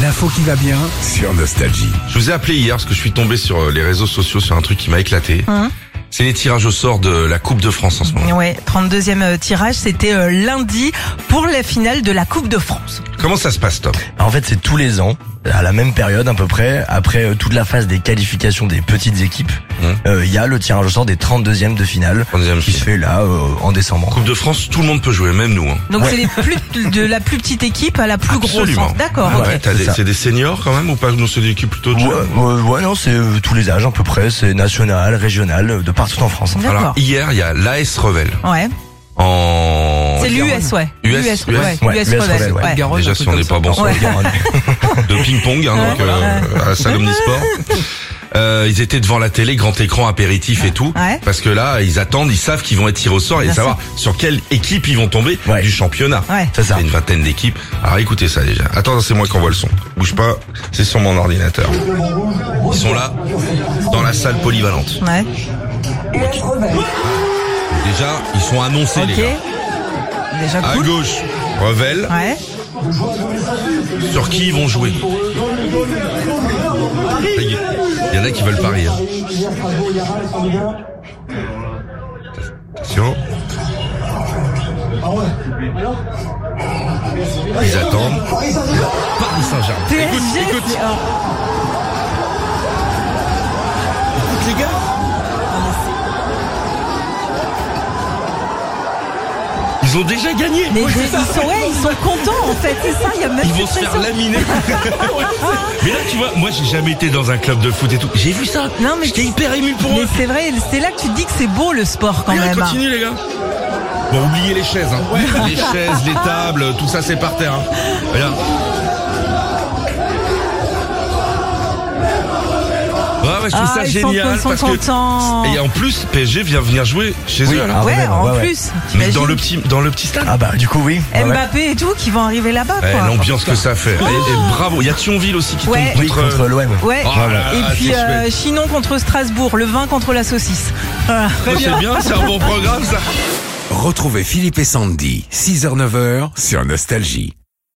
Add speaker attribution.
Speaker 1: L'info qui va bien.
Speaker 2: sur Nostalgie.
Speaker 3: Je vous ai appelé hier parce que je suis tombé sur euh, les réseaux sociaux sur un truc qui m'a éclaté.
Speaker 4: Hein
Speaker 3: C'est les tirages au sort de la Coupe de France en ce moment.
Speaker 4: Ouais, 32e euh, tirage, c'était euh, lundi pour la finale de la Coupe de France.
Speaker 3: Comment ça se passe, Tom
Speaker 5: En fait, c'est tous les ans, à la même période à peu près, après euh, toute la phase des qualifications des petites équipes,
Speaker 3: Mmh.
Speaker 5: euh, il y a le tirage au sort des 32e de finale
Speaker 3: 32e
Speaker 5: qui se
Speaker 3: finale.
Speaker 5: fait là euh, en décembre.
Speaker 3: Coupe de France, tout le monde peut jouer, même nous. hein.
Speaker 4: Donc c'est les plus de la plus petite équipe à la plus
Speaker 3: Absolument.
Speaker 4: grosse. D'accord.
Speaker 3: Ah
Speaker 4: ok.
Speaker 3: ouais, t'as
Speaker 5: c'est
Speaker 3: des-
Speaker 5: ça.
Speaker 3: c'est des seniors quand même ou pas Non, c'est des équipes plutôt de
Speaker 5: Ouais,
Speaker 3: jeunes
Speaker 5: ouais, ouais, non, c'est euh, tous les âges à peu près, c'est national, régional, euh, de partout en France.
Speaker 4: D'accord.
Speaker 3: Alors hier, il y a l'AS Revel
Speaker 4: Ouais.
Speaker 3: en.
Speaker 4: C'est l'US, ouais.
Speaker 3: US, US,
Speaker 4: ouais.
Speaker 5: ouais,
Speaker 4: US
Speaker 5: US
Speaker 4: Rebelle,
Speaker 5: Rebelle, ouais.
Speaker 4: ouais.
Speaker 3: Déjà, si on n'est pas Ah, bon,
Speaker 4: Ouais.
Speaker 3: de ping-pong, hein, donc
Speaker 4: Ouais.
Speaker 3: euh, à la salle Omnisport. Euh, ils étaient devant la télé, grand écran, apéritif et tout,
Speaker 4: Ouais.
Speaker 3: parce que là, ils attendent, ils savent qu'ils vont être tirés au sort et
Speaker 4: Bien
Speaker 3: savoir sur quelle équipe ils vont tomber
Speaker 5: Ouais.
Speaker 3: du championnat.
Speaker 4: Ouais.
Speaker 5: C'est ça.
Speaker 3: Il y a Une vingtaine d'équipes. Alors écoutez ça déjà. Attends, c'est moi qui envoie le son. Bouge pas, c'est sur mon ordinateur. Ils sont là, dans la salle polyvalente.
Speaker 4: Ouais.
Speaker 3: Déjà, ils sont annoncés les
Speaker 4: Ok.
Speaker 3: gars.
Speaker 4: Déjà
Speaker 3: À
Speaker 4: cool.
Speaker 3: gauche, Revel.
Speaker 4: Ouais.
Speaker 3: Sur qui ils vont jouer Ça y est, Il y en a qui veulent parier. hein. Attention. Ils attendent. Paris Saint-Germain. Écoute,
Speaker 4: PSG,
Speaker 3: écoute,
Speaker 4: c'est- oh,
Speaker 3: écoute, les gars. Ils ont déjà gagné.
Speaker 4: Mais mais ils sont, ouais, ils sont contents en fait. C'est ça. Il y a même Ah,
Speaker 3: Ils
Speaker 4: plus
Speaker 3: vont
Speaker 4: de
Speaker 3: se faire
Speaker 4: pression.
Speaker 3: laminer. mais là, tu vois, moi, j'ai jamais été dans un club de foot et tout. J'ai vu ça.
Speaker 4: Non, mais-
Speaker 3: j'étais hyper ému pour
Speaker 4: Mais
Speaker 3: eux.
Speaker 4: c'est vrai. C'est là que tu te dis que c'est beau le sport quand
Speaker 3: Allez,
Speaker 4: même. hein.
Speaker 3: continue, les gars. Bon, oubliez les chaises. Hein. Les chaises, les tables, tout ça, c'est par terre. Hein. Regarde. Ouais, ouais, je trouve
Speaker 4: Ah,
Speaker 3: ça
Speaker 4: ils sont-
Speaker 3: génial
Speaker 4: ils sont
Speaker 3: parce
Speaker 4: contents.
Speaker 3: que et en plus PSG vient venir jouer chez
Speaker 5: Oui,
Speaker 3: eux là.
Speaker 5: ah
Speaker 4: Ouais,
Speaker 5: ouais,
Speaker 4: en
Speaker 5: ouais, ouais.
Speaker 4: plus.
Speaker 3: mais dans
Speaker 4: t'imagines
Speaker 3: le petit dans le petit stade.
Speaker 5: Ah bah du coup oui.
Speaker 4: Eh
Speaker 5: ouais, ouais.
Speaker 4: Mbappé et tout qui vont arriver là-bas.
Speaker 3: Eh,
Speaker 4: quoi.
Speaker 3: L'ambiance que ça fait. Et, et bravo. Il y a Thionville aussi qui
Speaker 4: Ouais.
Speaker 3: tombe
Speaker 5: Oui, contre l'OM.
Speaker 4: euh, Ouais.
Speaker 3: Oh là là,
Speaker 4: et
Speaker 3: c'est
Speaker 4: puis
Speaker 3: chouette.
Speaker 4: euh, Chinon contre Strasbourg, le vin contre la saucisse. Voilà.
Speaker 3: Ouais, C'est bien, c'est un bon programme ça.
Speaker 2: Retrouvez Philippe et Sandy, 6h-9h sur Nostalgie.